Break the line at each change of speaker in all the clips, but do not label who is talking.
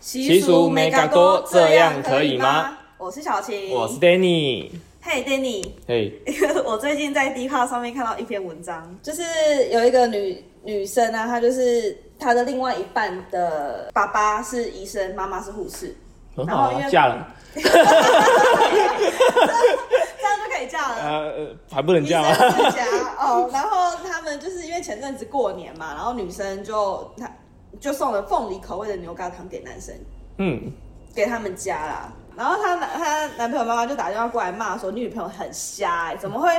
习俗没搞过这样可以吗？
我是小晴，
我是 Danny，
嘿、Danny，
嘿，
我最近在 d 号上面看到一篇文章，就是有一个女女生啊，她就是她的另外一半的爸爸是医生，妈妈是护士，
很好
然后因
啊，
为
嫁了，
这样就可以嫁了。
呃，还不能
女
嫁
生
吗？
自家哦，然后他们就是因为前阵子过年嘛，然后女生就她就送了凤梨口味的牛轧糖给男生，
嗯，
给他们家啦。然后她男她男朋友妈妈就打电话过来骂说，你女朋友很瞎哎、怎么会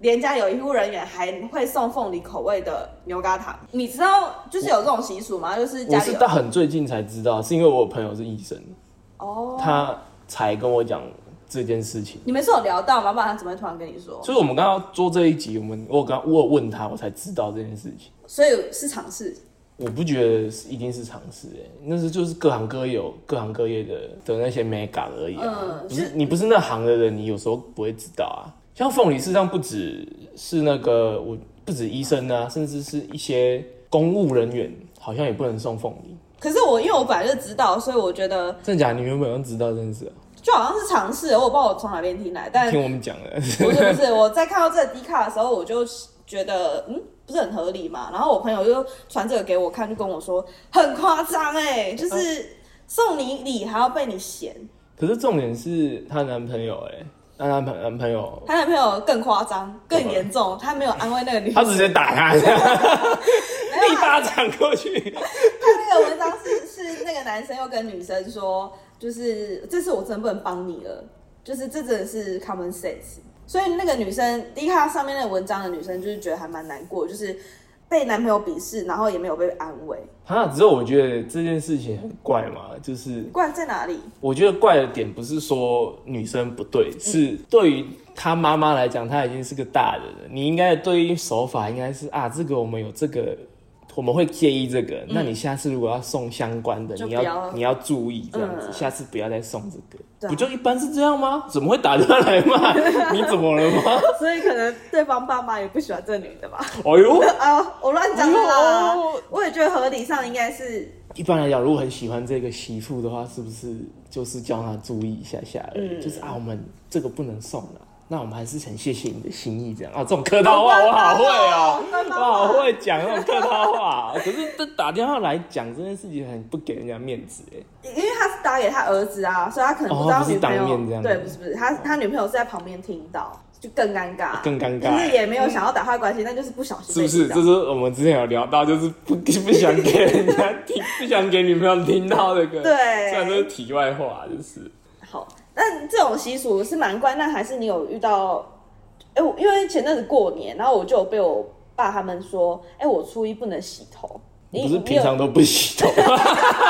连家有医护人员还会送凤梨口味的牛轧糖？你知道就是有这种习俗吗？就是
我
家里
是
有
到很最近才知道，是因为我有朋友是医生，
哦，
他才跟我讲这件事情。
你们是有聊到吗？不然他怎么会突然跟你说？
所以我们刚刚做这一集，我们我刚我有问他，我才知道这件事情。
所以是尝试。
我不觉得是一定是常识，哎，那是就是各行各业有各行各业的的那些美感而已啊。
嗯
不是你不是那行的人，你有时候不会知道啊。像凤梨，事实上不只是那个，我不止医生啊，甚至是一些公务人员，好像也不能送凤梨。
可是我因为我本来就知道，所以我觉得
真的假的？你原本就知道这件事、啊，
就好像是尝试，我也不知道我从哪边听来，但
听我们讲的。
不是不是，我在看到这个 D 卡的时候，我就觉得嗯，不是很合理嘛。然后我朋友就传这个给我看，就跟我说很夸张哎，就是送你礼还要被你嫌。
可是重点是她男朋友、欸，哎，她男朋男朋友，
她男朋友更夸张，更严重，他没有安慰那个女
他
生。
直接打他， 一巴掌过去。
他那个文章是是那个男生又跟女生说，就是这次我真的不能帮你了，就是这真的是 common sense。所以那个女生 d 卡上面那个文章的女生就是觉得还蛮难过，就是被男朋友鄙视，然后也没有被安慰，
啊，只是我觉得这件事情很怪嘛，就是
怪在哪里？
我觉得怪的点不是说女生不对，
嗯
是对于她妈妈来讲，她已经是个大人了，你应该的对应手法应该是啊，这个我们有这个。我们会介意这个，那你下次如果要送相关的，
嗯就
你
不要
要你要注意这样子，
嗯
下次不要再送这个。
对啊
不就一般是这样吗？怎么会打电话来骂？ 你怎么了吗？
所以可能对方爸妈也不喜欢这女的吧？
哎呦，
啊，我乱讲的啦
哎呦，
我也觉得合理上应该是，
一般来讲，如果很喜欢这个媳妇的话，是不是就是叫她注意一下下而已？就是啊，我们这个不能送了，那我们还是很谢谢你的心意这样啊。这种客套话我好会哦、
好官方
我
哦
好会讲这种客套话。哦可是这打电话来讲这件事情，很不给人家面子哎。
因为他是打给他儿子啊，所以他可能不知
哦
道
不是
女朋友，
当面这样子
对，不是不是，他他女朋友是在旁边听到，就更尴尬，
更尴尬
就是也没有想要打坏关系，但就是不小心
是
被
不是？
听到
这是我们之前有聊到，就是不不想给人家听，不想给女朋友听到这个。
对
虽然这是题外话，就是
好，那这种习俗是蛮怪，那还是你有遇到？哎、我因为前阵子过年，然后我就有被我爸他们说，哎、我初一不能洗头。你
不是
你
平
有
常都不洗头。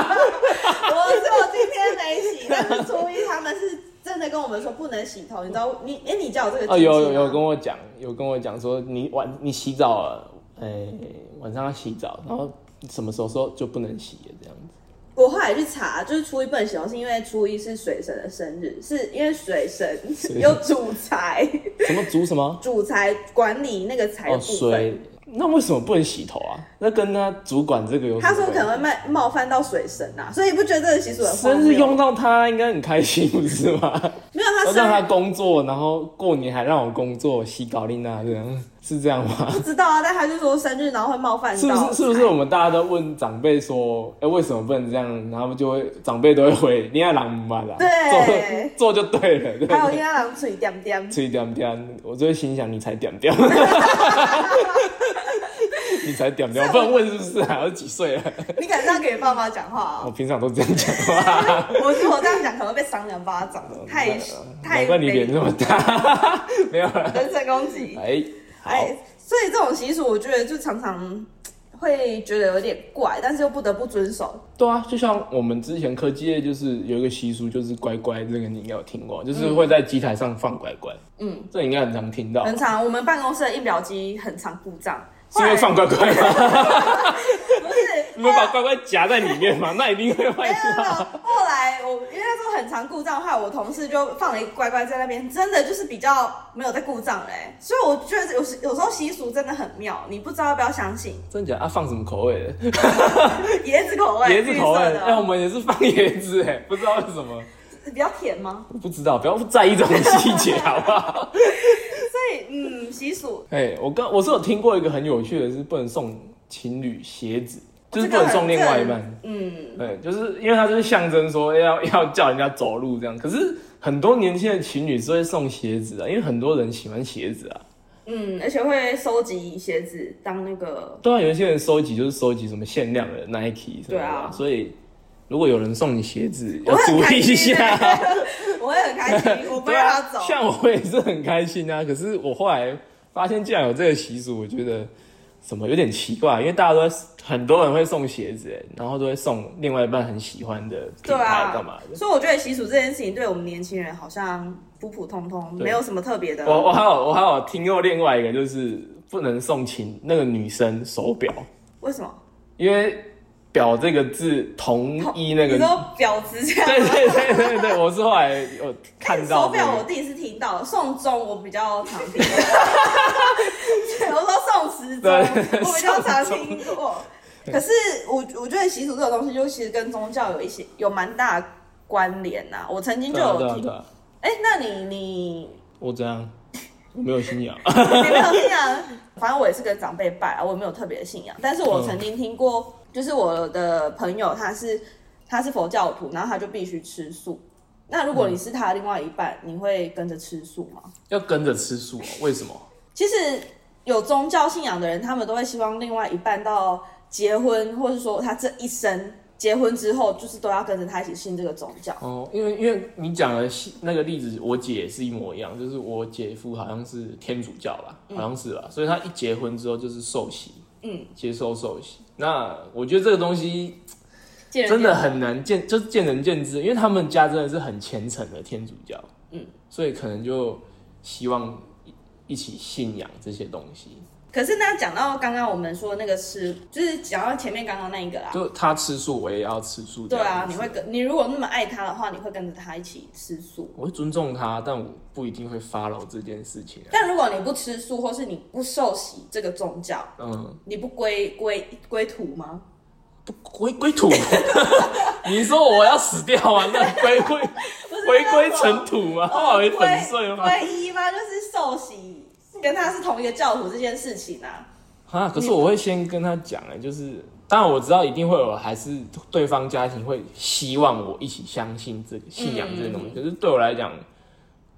我是我今天没洗，但是初一他们是真的跟我们说不能洗头，你知道你哎、你家有这个禁
嗯哦，
忌吗
有有有跟我讲，有跟我讲说你晚你洗澡了，哎、晚上要洗澡，然后什么时候说就不能洗了这样子。
我后来去查，就是初一不能洗头，是因为初一是水神的生日，是因为水神有主财，
什么煮什么？
主财管理那个财的
哦，
部分。
水。那为什么不能洗头啊？那跟他主管这个有什么
他
关系？
说可能会冒冒犯到水神呐、啊，所以你不觉得这个习俗很荒
生
谬
日用到他应该很开心，不是吗？
没有 他
要
生
让他
日
工作，然后过年还让我工作，洗稿令啊，这样是这样吗？
不知道啊，但他就说生日然后会冒犯
是不
到
是是不是我们大家都问长辈说，哎、为什么不能这样？然后他们就会长辈都会回，你爱狼嘛啦，
对
做做就对了。 对不对
还有因为他狼嘴点 点，
所以点点，我就会心想你才点点，你才点点，不然问是不是啊？我几岁了？
你敢这样给爸妈讲话啊、
我平常都这样讲话，
我如果这样讲，可能会被赏两巴掌，
哦
太 太
难怪你
卑
脸那么大， 没有 了。
人身攻击。
哎，好，
哎，所以这种习俗，我觉得就常常会觉得有点怪，但是又不得不遵守。
对啊，就像我们之前科技业就是有一个习俗，就是乖乖，这个你应该有听过，就是会在机台上放乖乖，
嗯，
这应该很常听到，
很常，我们办公室的印表机很常故障，
是因为放乖乖吗？
后来不是。哎
你们把乖乖夹在里面 嘛，那一定会
没
坏
有没有没有
掉。，
后来我因为那时候很常故障的话，我同事就放了一个乖乖在那边，真的就是比较没有在故障嘞、哎所以我觉得有时有时候习俗真的很妙，你不知道要不要相信。
真假？啊，放什么口味的？
椰子口味，
椰子口味。
绿色
哎、
的
我们也是放椰子、哎，不知道为什么，
比较甜吗？
我不知道，不要在意这种细节，好不好？
所以嗯，习俗
哎、我刚我是有听过一个很有趣的是，不能送情侣鞋子，就是
哦这
不
个
能
很
送另外一半。
正嗯，
对，就是因为它就是象征说哎要 要叫人家走路这样。可是很多年轻的情侣是会送鞋子啊，因为很多人喜欢鞋子啊。
嗯，而且会收集鞋子当那个，
对啊，有一些人收集就是收集什么限量的 Nike 什么的、
对啊
所以如果有人送你鞋子，
我
要
很
注
开
意一
心欸
下。
我会很开心，我不会
对
让他
啊
走，。
像我也是很开心啊，可是我后来发现，既然有这个习俗，我觉得怎么有点奇怪，因为大家都在很多人会送鞋子欸，然后都会送另外一半很喜欢的品
对
牌
啊
干嘛，的。
所以我觉得习俗这件事情对我们年轻人好像普普通通，
对哦
没有什么特别的。
我我还有我还有听过另外一个，就是不能送情那个女生手表，
为什么？
因为“表”这个字同一那个
你。说婊子这样
对对对对对，我是后来有看
手
到、这
表我
个，
第一次听到，送钟我比较常听 到。我说送时钟，
对
我比较常听过。可是我我觉得习俗这个东西，就其实跟宗教有一些有蛮大的关联呐、我曾经就
对啊
有
对啊
听
对，啊，
哎、那你你
我这样我没有信仰，
你没有信仰，反正我也是跟长辈拜啊，我也没有特别的信仰。但是我曾经听过，就是我的朋友他是他是佛教徒，然后他就必须吃素。那如
嗯
果你是他的另外一半，你会跟着吃素吗？
要跟着吃素、哦，为什么？
其实有宗教信仰的人，他们都会希望另外一半到结婚，或是说他这一生结婚之后，就是都要跟着他一起信这个宗教。
哦，因为因为你讲的西那个例子，我姐也是一模一样，就是我姐夫好像是天主教吧，好像是吧，所以他一结婚之后就是受洗，
嗯，
接受受洗。那我觉得这个东西
见仁见
真的
智
很难见，就是见仁见智，因为他们家真的是很虔诚的天主教，
嗯，
所以可能就希望一一起信仰这些东西。
可是那讲到刚刚我们说那个吃，就是讲到前面刚刚那一个啦。
就他吃素，我也要吃素。
对啊，
这样
你
子
会跟你如果那么爱他的话，你会跟着他一起吃素。
我会尊重他，但我不一定会 follow 这件事情啊、
但如果你不吃素，或是你不受洗这个宗教，
嗯，
你不归归归土吗？
回归土， 你说我要死掉啊？那归归
不是
回
那
归
种
尘土
哦
啊吗？化为粉碎吗？
皈依吗？就是受洗，跟他是同一个教徒这件事情啊。
啊，可是我会先跟他讲哎、就是当然我知道一定会有，还是对方家庭会希望我一起相信这个信仰这些东西。可是对我来讲，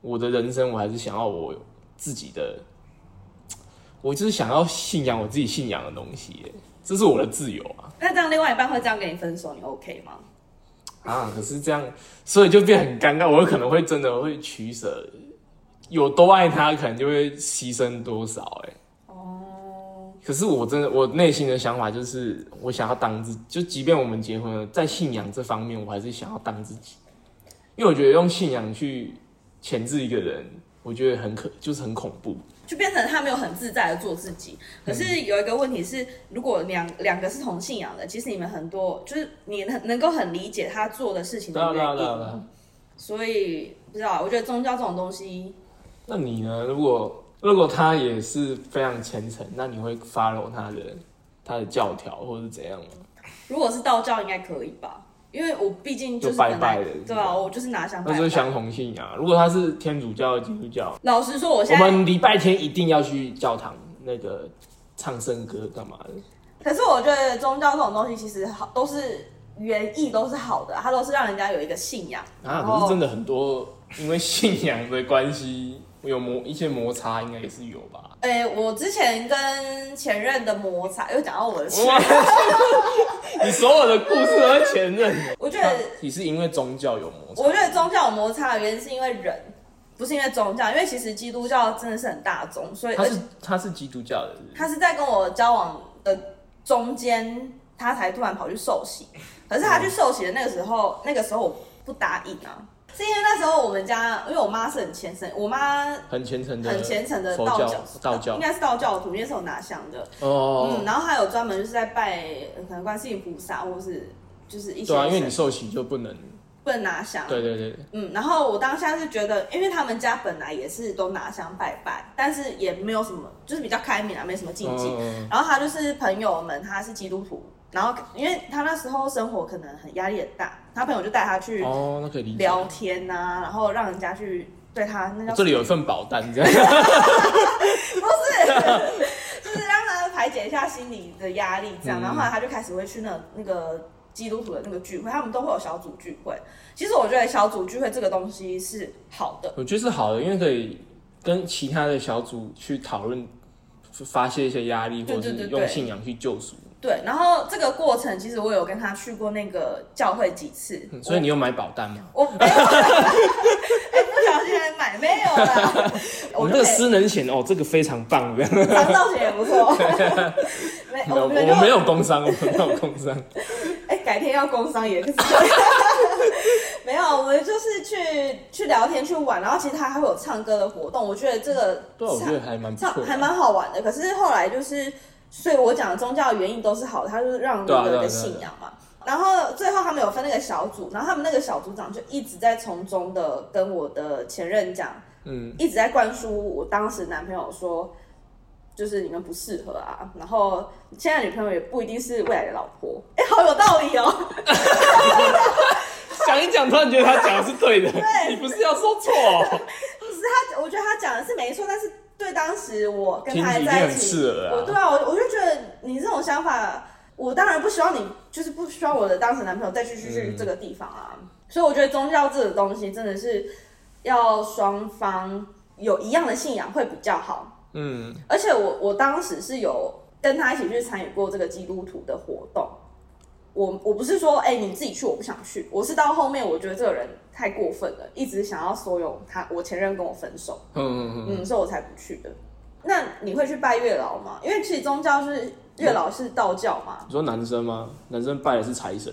我的人生我还是想要我自己的，我就是想要信仰我自己信仰的东西、欸，这是我的自由啊。
那这样另外一半会这样跟你分手，你 OK 吗？
啊，可是这样，所以就变很尴尬。我有可能会真的会取舍，有多爱他，可能就会牺牲多少、欸。
哦，
可是我真的，我内心的想法就是，我想要当自己，就即便我们结婚了，在信仰这方面，我还是想要当自己，因为我觉得用信仰去钳制一个人，我觉得很可，就是很恐怖。
就变成他没有很自在的做自己。可是有一个问题是，如果两两个是同信仰的，其实你们很多就是你能能够很理解他做的事情
对
的
啊对
原
啊对啊对
因，
啊。
所以不知道，我觉得宗教这种东西，
那你呢？如果如果他也是非常虔诚，那你会 follow 他的他的教条，或者是怎样吗？
如果是道教应该可以吧，因为我毕竟就是
就拜
本来
拜的
对啊，我就是拿香拜
那
拜。
就是相同信仰。如果他是天主教、基督教，
老实说，我
我
现在，
们礼拜天一定要去教堂那个唱圣歌干嘛的？
可是我觉得宗教这种东西其实好都是原意都是好的，它都是让人家有一个信仰。
啊，
然
可
后
是真的很多因为信仰的关系有摩一些摩擦，应该也是有 吧？
哎、我之前跟前任的摩擦，又讲到我的事，
哇，你所有的故事都在前任的，
我觉
那
得，
你是因为宗教有摩擦？
我觉得宗教有摩擦的原因是因为人，不是因为宗教，因为其实基督教真的是很大宗，所以
他
而且
是他是基督教的，
他是在跟我交往的中间，
嗯
他才突然跑去受洗。可是他去受洗的那个时候，那个时候我不答应啊，是因为那时候我们家，因为我妈是很虔诚，我妈
很虔诚的，
很虔诚的
佛
道
教
教，
道
应
教
该是道教徒，因为是有拿香的。
哦，
嗯，然后还有专门就是在拜呃可能观世音菩萨，或是就是一些
对啊，因为
神
你受洗就不能，
不能拿香。
对对对，
嗯，然后我当下是觉得，因为他们家本来也是都拿香拜拜，但是也没有什么，就是比较开明啊，没什么禁忌。
嗯，
然后他就是朋友们，他是基督徒，然后因为他那时候生活可能很压力很大，他朋友就带他去
哦，那可以理解。
聊天呐、然后让人家去对他那叫
这里有一份保单，这样
不是， 就是让他排解一下心理的压力这样。
嗯
然后后来他就开始会去那那个基督徒的那个聚会，他们都会有小组聚会。其实我觉得小组聚会这个东西是好的，
我觉得是好的，因为可以跟其他的小组去讨论，发泄一些压力，
对
或
对
者是
对对
用信仰去救赎。
对。然后这个过程其实我有跟他去过那个教会几次，
嗯所以你有买保单吗？
我没有，哎、不小心还买没有 啦。
我们
就
这个
陪
私人险哦，这个非常棒的。
长照险也不 错，没，
没 有，
我
我
们
们
就
没有工伤，我们没有 工伤。
哎、改天要工商也是。没有，我们就是去去聊天去玩，然后其实他还会有唱歌的活动，我觉得这个
对啊，我觉得还蛮不
唱
错
还
的。
蛮好玩的。可是后来就是，所以我讲的宗教原因都是好的，它就是让人
对啊
有一
对
个
啊
信仰嘛。然后最后他们有分那个小组，然后他们那个小组长就一直在从中的跟我的前任讲，
嗯，
一直在灌输我当时男朋友说，就是你们不适合啊，然后现在女朋友也不一定是未来的老婆，哎、好有道理哦。
讲一讲，突然觉得他讲的是对的， 你不是要说错哦？
我觉得他讲的是没错，但是对当时我跟
听
他
起来
在
一定
一
很
起，
刺耳啊
我对啊，我我就觉得你这种想法，我当然不希望你，就是不希望我的当时男朋友再去去去
嗯
这个地方啊。所以我觉得宗教这个东西真的是要双方有一样的信仰会比较好。
嗯，
而且我我当时是有跟他一起去参与过这个基督徒的活动。我我不是说哎、你自己去我不想去，我是到后面我觉得这个人太过分了，一直想要怂恿他我前任跟我分手。
嗯嗯嗯，
嗯，所以我才不去的。那你会去拜月老吗？因为其实宗教是月老是道教嘛。
你说男生吗？男生拜的是财神，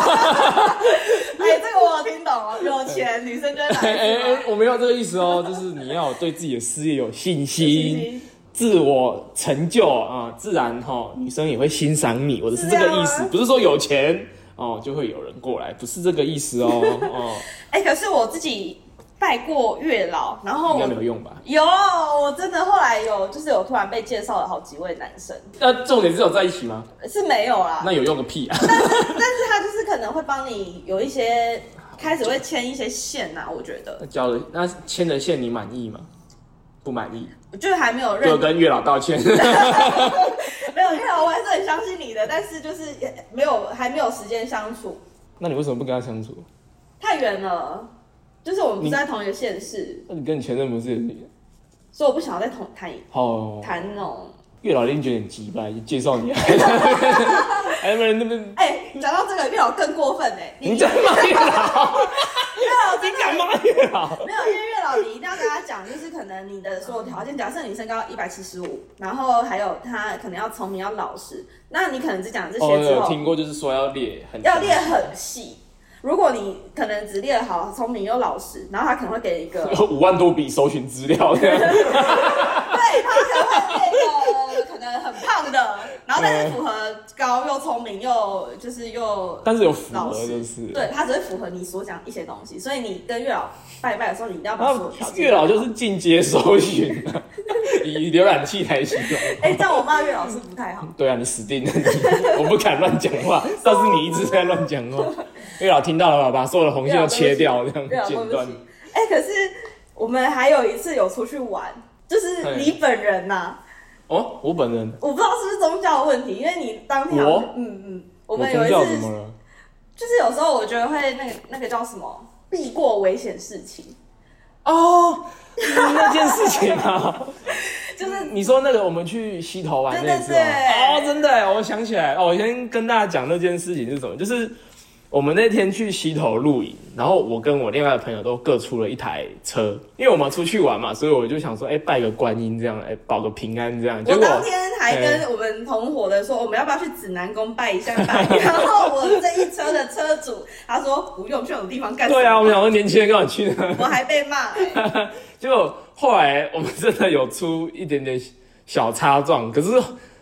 哎、这个我有听懂哦，有钱女生就会
嗯 哎哎
来。
哎，我没有这个意思哦，就是你要有对自己的事业有信心，
是
自我成就啊、自然哈、女生也会欣赏你。我的是
是
这
这样
个
吗
意思，不是说有钱哦就会有人过来，不是这个意思哦哦，
哎、可是我自己拜过月老，然后
应该
我
没有用吧？
有，我真的后来有，就是有突然被介绍了好几位男生，
那重点是有在一起吗？
是没有啦。
那有用个屁啊！
但是他就是可能会帮你有一些开始会牵一些线呐、我觉得，
那交了那牵的线你满意吗？不满意
就是还没有认
就跟月老道歉。
没有月老，我还是很相信你的，但是就是也没有还没有时间相处。
那你为什么不跟他相处？
太远了，就是我们不
你
是在同一个县市，
那你跟你前任不是也
所以我不想要再同谈
哦？
谈那种。
月老一定觉得你鸡掰，就介绍你， 还没人那边，
哎、讲到这个月老更过分哎、你
你在骂月
月
老，
老
你
真的
敢骂月老？
没有，因为月老你一定要跟他讲，就是可能你的所有条件，假设你身高一百七十五，然后还有他可能要聪明要老实，那你可能只讲这些
哦，
之
有
后，
听过，就是说要列很
要列很细。如果你可能只列好聪明又老实，然后他可能会给一 个，
五万多笔搜寻 资料这样。
对他可能会给一个可能很胖的，然后但是符合高又聪明又就是又
但是有符
老
合
师
就是，
对他只会符合你所讲一些东西，所以你跟月老拜拜的时候，你一定要
然
把所
后
有条件。
啊月老就是进阶搜寻、啊，以 浏览器来形容。
哎、这样我骂月老是不太 好。
对啊，你死定了！你我不敢乱讲 话，但是你一直在乱讲话。月老听到了吧？把所有的红线都切掉，这
月老
样
对
剪
不
断
起。。哎、可是我们还有一次有出去玩，就是你本人呐、
哦，我本人，
我不知道是不是宗教问题，因为你当天好像
我
嗯嗯，我
我
们有
宗
一
教怎
次
么了？
就是有时候我觉得会那个那个叫什么避过危险事情，
哦，那件事情啊，
就是
你说那个我们去溪头玩那次
对
吗
对对
哦，真的耶，我想起来，哦，我先跟大家讲那件事情是什么，就是我们那天去溪头露营，然后我跟我另外的朋友都各出了一台车，因为我们出去玩嘛，所以我就想说，哎、拜个观音这样，哎、保个平安这样。结
我
果
当天还跟我们同伙的说，我们要不要去指南宫拜一下 拜？然后我这一车的车主他说不用去那种地方干什么。
对啊，我们两个年轻人干嘛去呢？
我还被骂、欸，
结果后来我们真的有出一点点小擦撞，可是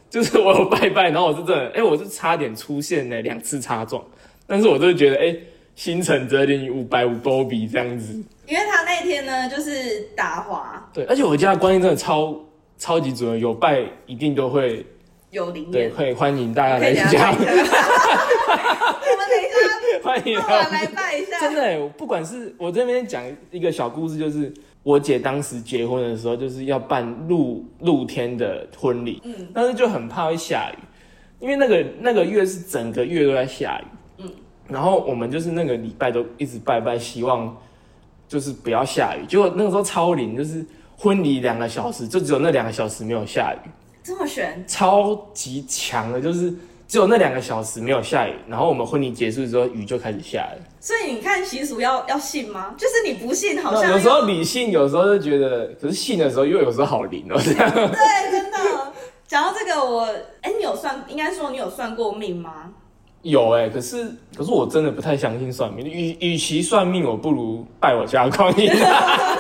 就是我有拜拜，然后我是真的，哎、我是差点出现了两次擦撞，但是我就是觉得，哎、心诚则灵，五百五波比这样子。
因为他那天呢就是打滑
对，而且我家的观音真的超超级准，有拜一定都会
有灵
对，
验，
会欢迎大家
可
来
以啊等一下
家
拜，一下。我们等一下
欢迎啊
录完来拜一下。
真的欸，我不管是我这边讲一个小故事，就是我姐当时结婚的时候，就是要办露露天的婚礼，
嗯，
但是就很怕会下雨，因为那个那个月是整个月都在下雨，嗯，然后我们就是那个礼拜都一直拜拜，希望就是不要下雨。结果那个时候超灵，就是婚礼两个小时，就只有那两个小时没有下雨，
这么悬，
超级强的，就是只有那两个小时没有下雨，然后我们婚礼结束之后雨就开始下了。
所以你看习俗要要信吗？就是你不信，好像
有
又
时候理性，有时候就觉得，可是信的时候又有时候好灵哦、这样。
对，真的。讲到这个我，哎、你有算？应该说你有算过命吗？
有哎、可是可是我真的不太相信算命，与与其算命，我不如拜我家观音、啊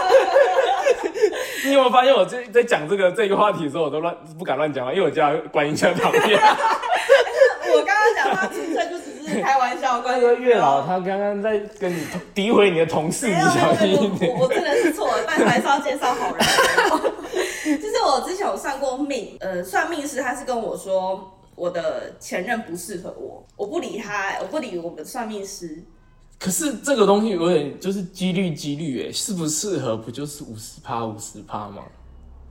你有没有发现我这在讲这个这个话题的时候，我都乱不敢乱讲话，因为我家观音在旁边。
我刚刚讲他纯粹就只是开玩笑，关
那
于
个月老他刚刚在跟你诋毁你的同事，
没
你
有没
小
有
心
没有
一，点。
我我真的是错了，但还是要介绍好人。 就是我之前有算过命，呃，算命师他是跟我说我的前任不适合我，我不理他、我不理我们算命师。
可是这个东西有点就是几率几率哎、适不适合不就是五十趴五十趴吗？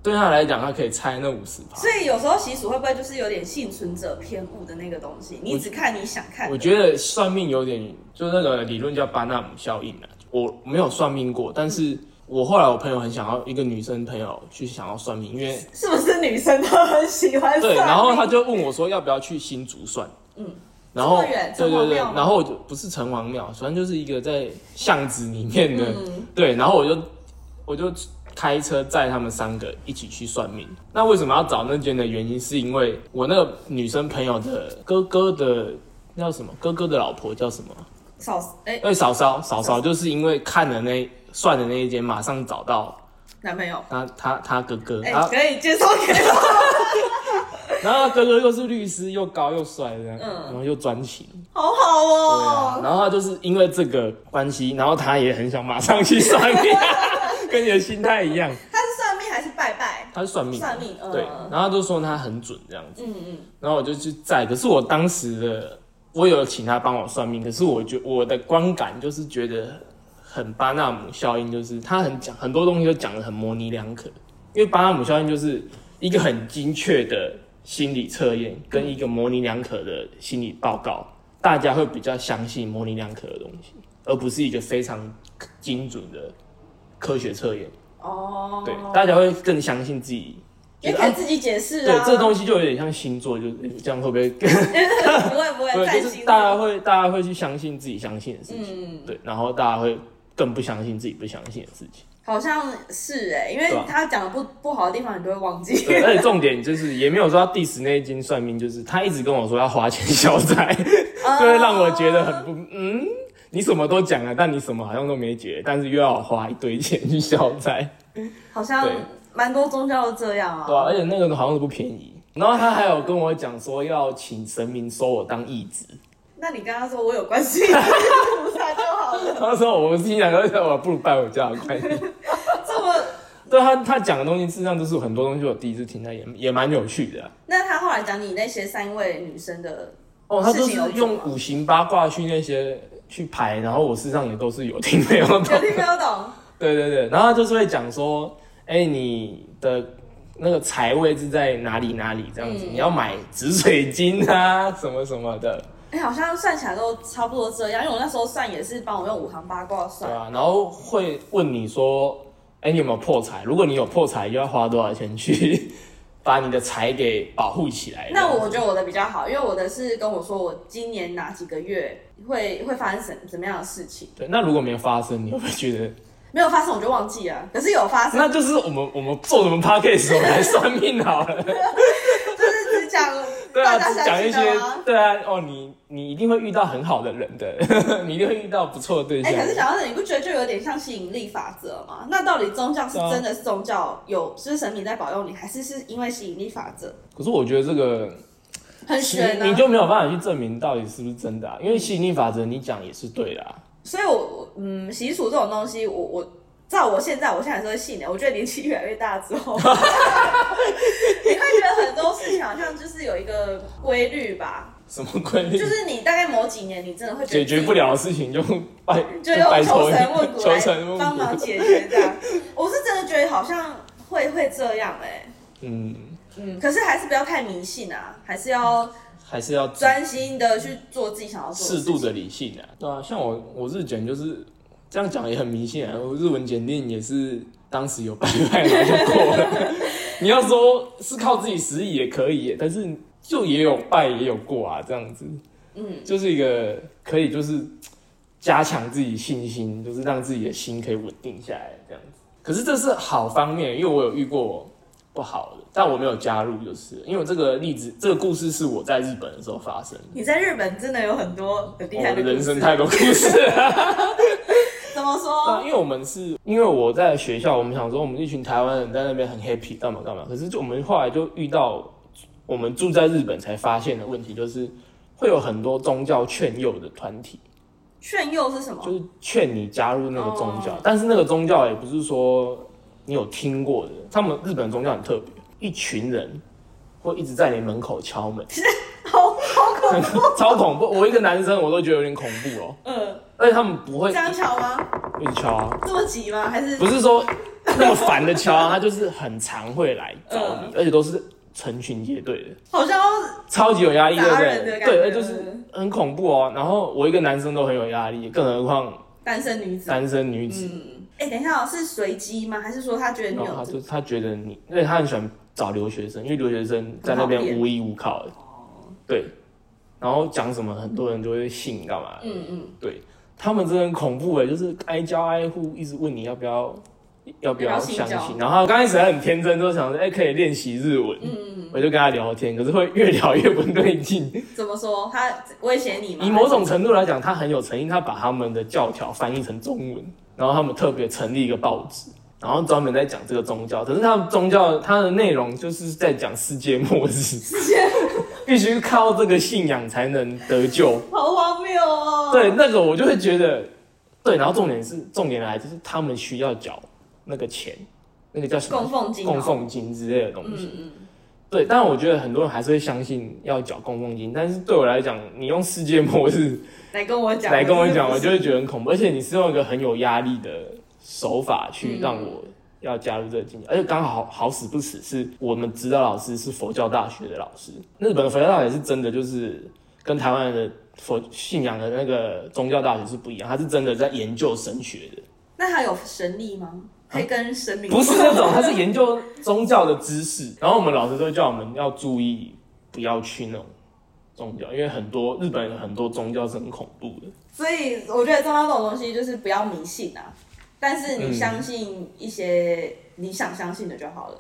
对他来讲，他可以猜那五十趴。
所以有时候习俗会不会就是有点幸存者偏误的那个东西？你只看你想看的
我觉得算命有点，就是那个理论叫巴纳姆效应啊。我没有算命过，但是我后来我朋友很想要一个女生朋友去想要算命，因为
是不是女生都很喜欢算
对，
命？
然后他就问我说要不要去新竹算，嗯，然后
这么远城隍
对对对，
庙吗
然后我就不是城隍庙，反正就是一个在巷子里面的，
嗯
对，然后我就我就开车载他们三个一起去算命。那为什么要找那间的原因，是因为我那个女生朋友的哥哥的叫什么？哥哥的老婆叫什么？
少哎、
因为嫂嫂嫂嫂就是因为看了那算的那一间，马上找到
男朋友
他他他哥哥，
哎、
然后
可以介绍 给我。
然后他哥哥又是律师，又高又帅的，
嗯
然后又专情，
好好
对啊
哦、，
然后他就是因为这个关系，然后他也很想马上去算命， 跟你的心态一样，
他是算命还是拜拜？
他是算命的，
算命，嗯、
对，然后他就说他很准这样子，
嗯嗯，
然后我就去载，可是我当时的我有请他帮我算命，可是我觉我的观感就是觉得很巴纳姆效应，就是他很讲很多东西都讲的很模棱两可，因为巴纳姆效应就是一个很精确的心理测验跟一个模棱两可的心理报告，大家会比较相信模棱两可的东西，而不是一个非常精准的科学测验，
哦，
对，大家会更相信自己。
也
觉得
可
啊
以自己解释
对
啊。，
这东西就有点像星座，就是诶这样会不会
不会不会，
对，
占
就是
星
大家会大家会去相信自己相信的事情，
嗯，
对，然后大家会更不相信自己不相信的事 情，
好像是哎、因
对
为
啊
他讲的不不好的地方，你都会忘记。
对，而且重点就是也没有说要 diss 那一间算命，就是他一直跟我说要花钱消灾，
哦
就会让我觉得很不嗯。你什么都讲了，但你什么好像都没解，但是又要我花一堆钱去消灾，
好像
对
蛮多宗教都这样啊。
对吧、而且那个好像都不便宜。然后他还有跟我讲说要请神明收我当义子，
那你跟他说我有关系， 菩萨就好了。
那时候我心想，我不如拜我家的观音。
这么，
对他他讲的东西，事实上就是很多东西我第一次听到，也也蛮有趣的啊、
那他后来讲你那些三位女生 的
哦，他就
事情有
是
做
用
吗
五行八卦去那些去排，然后我事实上也都是有听 没有懂
有。听没有懂？
对对对，然后他就是会讲说，哎、你的那个财位是在哪里哪里这样
嗯
子，你要买紫水晶啊什么什么的，
哎、好像算起来都差不多这样，因为我那时候算也是帮我用五行八卦
对
算，
吧、然后会问你说，哎、你有没有破财？如果你有破财，就要花多少钱去 把你的财给保护起来。
那我觉得我的比较好，因为我的是跟我说我今年哪几个月会会发生什怎么样的事情，
对，那如果没有发生，你会不会觉得
没有发生我就忘记了，可是有发生
那就是我们我们做我们 p a c k a g e 我们来算命好了？
就是只讲
对啊，
大
只
家
讲
相
一
信
些
的吗？
对啊，哦，你你一定会遇到很好的人的， 你一定会遇到不错的对
哎、
象。
可是讲到这，你不觉得就有点像吸引力法则吗？那到底宗教
啊
是真的是宗教有，就是神明在保佑你，还是是因为吸引力法则？
可是我觉得这个
很悬
你你
啊！
就没有办法去证明到底是不是真的啊，因为吸引力法则你讲也是对的啊。
所以我，我嗯，习俗这种东西，我我照我现在，我现在还是会信的。我觉得年纪越来越大之 后，你会觉得很多事情好像就是有一个规律吧，
什么规律？
就是你大概某几年，你真的会觉
解
得
决不了的事情就拜
就用
拜
求
托
神 问卜
求神
来
问
帮忙
卜。
解决这样。我是真的觉得好像会会这样哎、
嗯，
嗯，可是还是不要太迷信啊，还是要
还是要
专心的去做自己想要做的
适
事
度
情。
的理性啊。对啊，像我我日检就是这样讲也很迷信啊，我日文检定也是当时有拜拜然后就过了。 你要说是靠自己实力也可以耶，但是就也有拜也有过啊，这样子。
嗯，
就是一个可以就是加强自己信心，就是让自己的心可以稳定下来这样子。可是这是好方面，因为我有遇过不好的，但我没有加入，就是了因为这个例子，这个故事是我在日本的时候发生的。
你在日本真的有很多很厉
哦我
害
的
的故
人
事
生太多故 事了，
怎么
那
说？
因为我们是因为我在学校，我们想说我们一群台湾人在那边很 happy 干嘛干嘛，可是就我们后来就遇到我们住在日本才发现的问题，就是会有很多宗教劝诱的团体。
炫耀是什么？
就是劝你加入那个宗教，
哦
但是那个宗教也不是说你有听过的。他们日本宗教很特别，一群人会一直在你门口 敲门，
好好恐怖。
超恐怖。我一个男生我都觉得有点恐怖哦、
嗯，
而且他们不会
这样巧吗？
一直敲啊，
这么急吗？还是
不是说那么烦的敲啊，他就是很常会来找
嗯
你，而且都是成群结队的。
好像要
超级有压力，对
砸
不
人
对？
的感觉
对，就是很恐怖哦。然后我一个男生都很有压力，更何况
单身女子？
单身女子。
嗯，哎、等一下哦，是随机吗？还是说他觉得你
然后
有
哦
这
他就他觉得你，因为他很喜欢找留学生，因为留学生在
很
那
好
边
骗
无依无靠的，
哦
对。然后讲什么，很多人就会信，干嘛？
嗯嗯，
对他们真的很恐怖哎，就是挨家挨户一直问你要不要。要不
要
要
不要信
相
教
信？然后他刚开始还很天真，都想着哎、可以练习日文，我就跟他聊天，可是会越聊越不对 劲。
怎么说？他威胁你吗？
以某种程度来讲，他很有诚意，他把他们的教条翻译成中文，然后他们特别成立一个报纸，然后专门在讲这个宗教。可是他们宗教它的内容就是在讲世界末日， 必须靠这个信仰才能得救。
好荒谬哦。
对，，那个我就会觉得，对。然后重点是，重点来就是他们需要缴那个钱，那个叫什么
供奉金、哦，
供，奉金之类的东西。
嗯嗯，
对，但我觉得很多人还是会相信要缴供奉金，但是对我来讲，你用世界末日。
来跟我讲，
来跟我讲，
是不
我
是
就会觉得很恐怖。而且你是用一个很有压力的手法去
嗯
让我要加入这个进去，而且刚好好死不死是我们指导老师是佛教大学的老师，日本的佛教大学是真的就是跟台湾的佛信仰的那个宗教大学是不一样，他是真的在研究神学的，
那他有神力吗？可以跟神明？
啊不是那种，他是研究宗教的知识。然后我们老师都会叫我们要注意，不要去那种宗教，因为很多日本有很多宗教是很恐怖的。
所以我觉得宗教这种东西就是不要迷信啊，但是
嗯
你相信一些你想相信的就好了，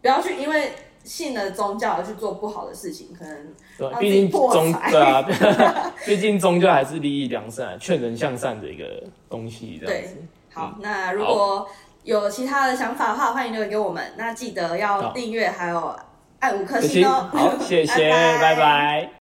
不要去因为信了宗教而去做不好的事情，可能
对
让，自
毕
己
竟
破
宗
财
对啊， 毕竟宗教还是利益良善、劝人向善的一个东西，这样子。
好。那如果有其他的想法的话，欢迎留言给我们。那记得要
好
订阅，还有按五颗
可惜
星哦。
好，谢谢，
拜
拜拜